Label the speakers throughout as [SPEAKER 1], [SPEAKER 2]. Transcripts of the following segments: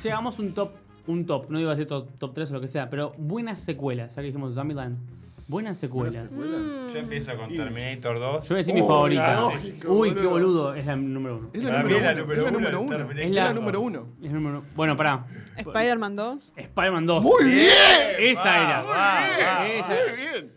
[SPEAKER 1] Che, hagamos un top, un top, no iba a decir top, top 3 o lo que sea, pero buenas secuelas, ya que dijimos Zombieland. Buenas secuelas.
[SPEAKER 2] ¿Buenas secuelas?
[SPEAKER 3] Yo empiezo con Terminator 2.
[SPEAKER 1] Yo voy a decir mi
[SPEAKER 2] Oh,
[SPEAKER 1] favorita.
[SPEAKER 2] la lógica,
[SPEAKER 1] Uy, qué
[SPEAKER 2] boludo.
[SPEAKER 1] boludo, es la número uno.
[SPEAKER 2] Es
[SPEAKER 3] Para
[SPEAKER 2] la
[SPEAKER 3] mí es la
[SPEAKER 2] número uno. Es la número
[SPEAKER 3] número uno,
[SPEAKER 2] uno.
[SPEAKER 3] Terminator
[SPEAKER 2] Es la
[SPEAKER 1] dos.
[SPEAKER 2] número uno.
[SPEAKER 1] Es la número uno. Bueno, pará.
[SPEAKER 4] Spider-Man 2.
[SPEAKER 1] Spider-Man 2.
[SPEAKER 2] ¡Muy bien!
[SPEAKER 1] Esa
[SPEAKER 3] Va,
[SPEAKER 1] era.
[SPEAKER 3] va, va.
[SPEAKER 1] Esa.
[SPEAKER 2] Muy Ah, bien.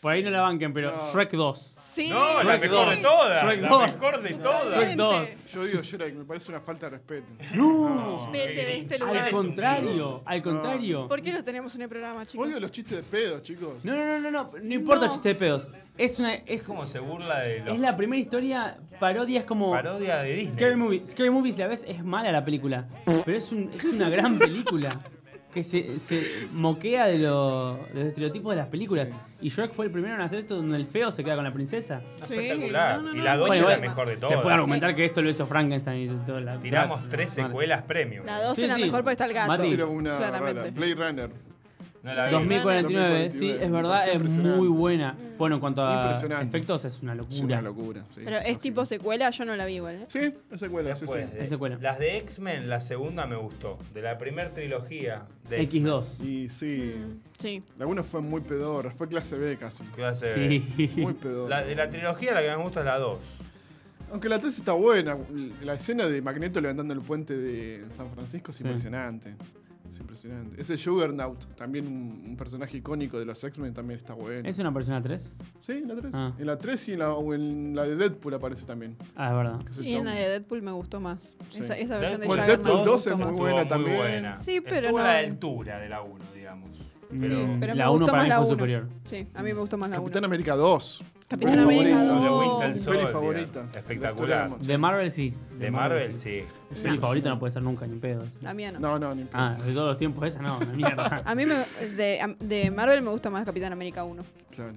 [SPEAKER 1] Por ahí no la banquen, pero
[SPEAKER 2] No.
[SPEAKER 1] Shrek 2.
[SPEAKER 4] Sí.
[SPEAKER 3] No, la
[SPEAKER 1] Shrek
[SPEAKER 3] mejor de
[SPEAKER 1] dos.
[SPEAKER 3] todas.
[SPEAKER 1] Shrek
[SPEAKER 3] La
[SPEAKER 1] dos.
[SPEAKER 3] mejor de
[SPEAKER 1] Shrek
[SPEAKER 3] todas.
[SPEAKER 4] Totalmente.
[SPEAKER 1] 2.
[SPEAKER 2] Yo digo Shrek, me parece una falta de respeto.
[SPEAKER 1] No.
[SPEAKER 4] Vete de este
[SPEAKER 1] Al
[SPEAKER 4] lugar.
[SPEAKER 1] contrario, al contrario.
[SPEAKER 4] ¿Por qué los tenemos en el programa, chicos?
[SPEAKER 2] Odio los chistes de pedo, chicos.
[SPEAKER 1] No, no, no, no, no, no importa
[SPEAKER 4] No.
[SPEAKER 1] chiste de pedos. Es una es,
[SPEAKER 3] ¿Cómo se burla de los
[SPEAKER 1] es la primera historia parodia es como
[SPEAKER 3] parodia de Disney?
[SPEAKER 1] Scary Movie. Scary Movie si la ves es mala la película, pero es, un- es una gran película que se, se moquea de, lo- de los estereotipos de las películas. Y Shrek fue el primero en hacer esto donde el feo se queda con la princesa.
[SPEAKER 4] Sí,
[SPEAKER 3] Espectacular.
[SPEAKER 4] no, no,
[SPEAKER 3] Y
[SPEAKER 4] no,
[SPEAKER 3] la dos
[SPEAKER 4] buenísima.
[SPEAKER 3] es la mejor de
[SPEAKER 1] Se puede
[SPEAKER 3] todas.
[SPEAKER 1] argumentar que esto lo hizo Frankenstein y toda la
[SPEAKER 3] Tiramos
[SPEAKER 1] la-
[SPEAKER 3] tres
[SPEAKER 1] madre.
[SPEAKER 3] secuelas premium.
[SPEAKER 4] La 2
[SPEAKER 1] Sí,
[SPEAKER 4] es la
[SPEAKER 1] sí.
[SPEAKER 4] mejor porque está el gato.
[SPEAKER 1] Mati.
[SPEAKER 2] Yo tiro una
[SPEAKER 4] Claramente.
[SPEAKER 2] rara. Blade Runner.
[SPEAKER 3] No la vi.
[SPEAKER 1] 2049,
[SPEAKER 2] 2049,
[SPEAKER 1] sí, es
[SPEAKER 2] me
[SPEAKER 1] verdad,
[SPEAKER 2] pareció
[SPEAKER 1] es
[SPEAKER 2] impresionante.
[SPEAKER 1] muy buena. Bueno, en cuanto a
[SPEAKER 2] Impresionante.
[SPEAKER 1] efectos, es una locura.
[SPEAKER 2] Es una locura. Sí.
[SPEAKER 4] Pero es tipo secuela, yo no la vi igual, ¿eh?
[SPEAKER 2] Sí, es secuela, sí,
[SPEAKER 3] Después
[SPEAKER 2] sí.
[SPEAKER 3] de-
[SPEAKER 1] secuela.
[SPEAKER 3] Las de X-Men, la segunda me gustó. De la primer trilogía de
[SPEAKER 1] X2.
[SPEAKER 2] Y sí.
[SPEAKER 1] Mm.
[SPEAKER 4] Sí.
[SPEAKER 2] La 1 fue muy pedorra, fue clase B casi.
[SPEAKER 3] Clase B.
[SPEAKER 1] Sí.
[SPEAKER 2] Muy pedorra.
[SPEAKER 3] La, de la trilogía la que más me gusta es la 2.
[SPEAKER 2] Aunque la 3 está buena. La escena de Magneto levantando el puente de San Francisco es
[SPEAKER 1] Sí.
[SPEAKER 2] impresionante. Es impresionante. Ese Juggernaut, también un, un personaje icónico de los X-Men, también está bueno.
[SPEAKER 1] ¿Es una persona 3?
[SPEAKER 2] Sí, en la 3.
[SPEAKER 1] Ah.
[SPEAKER 2] En la 3 y en la, o en la de Deadpool aparece también.
[SPEAKER 1] Ah, es verdad.
[SPEAKER 2] que es el
[SPEAKER 4] Y en
[SPEAKER 2] chabón.
[SPEAKER 4] la de Deadpool me gustó más.
[SPEAKER 2] Sí.
[SPEAKER 4] Esa, esa versión de
[SPEAKER 2] Bueno,
[SPEAKER 4] Juggernaut
[SPEAKER 2] Deadpool
[SPEAKER 4] me
[SPEAKER 2] 2 es
[SPEAKER 4] gustó
[SPEAKER 2] muy
[SPEAKER 4] más.
[SPEAKER 2] buena también.
[SPEAKER 4] Sí, pero
[SPEAKER 3] Estuvo a
[SPEAKER 4] no.
[SPEAKER 3] la altura de la 1, digamos. Pero
[SPEAKER 4] Sí, pero
[SPEAKER 1] la
[SPEAKER 4] me
[SPEAKER 1] 1
[SPEAKER 4] gustó
[SPEAKER 1] para
[SPEAKER 4] más
[SPEAKER 1] mí
[SPEAKER 4] la
[SPEAKER 1] fue
[SPEAKER 4] 1.
[SPEAKER 1] superior.
[SPEAKER 4] Sí, a mí me gustó más la 1.
[SPEAKER 2] Capitán América 2.
[SPEAKER 4] Capitán
[SPEAKER 2] Mi
[SPEAKER 4] América
[SPEAKER 2] favorito.
[SPEAKER 3] de
[SPEAKER 4] 2.
[SPEAKER 3] Winter
[SPEAKER 2] Mi
[SPEAKER 3] Soldier.
[SPEAKER 2] peli favorita.
[SPEAKER 3] Espectacular.
[SPEAKER 2] Doctor
[SPEAKER 1] De Marvel sí.
[SPEAKER 3] De Marvel, sí.
[SPEAKER 1] Mi peli favorita no puede ser nunca, ni pedo.
[SPEAKER 4] La mía no.
[SPEAKER 2] No, no, ni
[SPEAKER 1] Ah, de todos los tiempos esa no, una mierda.
[SPEAKER 4] A mí me- de, de Marvel me gusta más Capitán América 1.
[SPEAKER 2] Claro.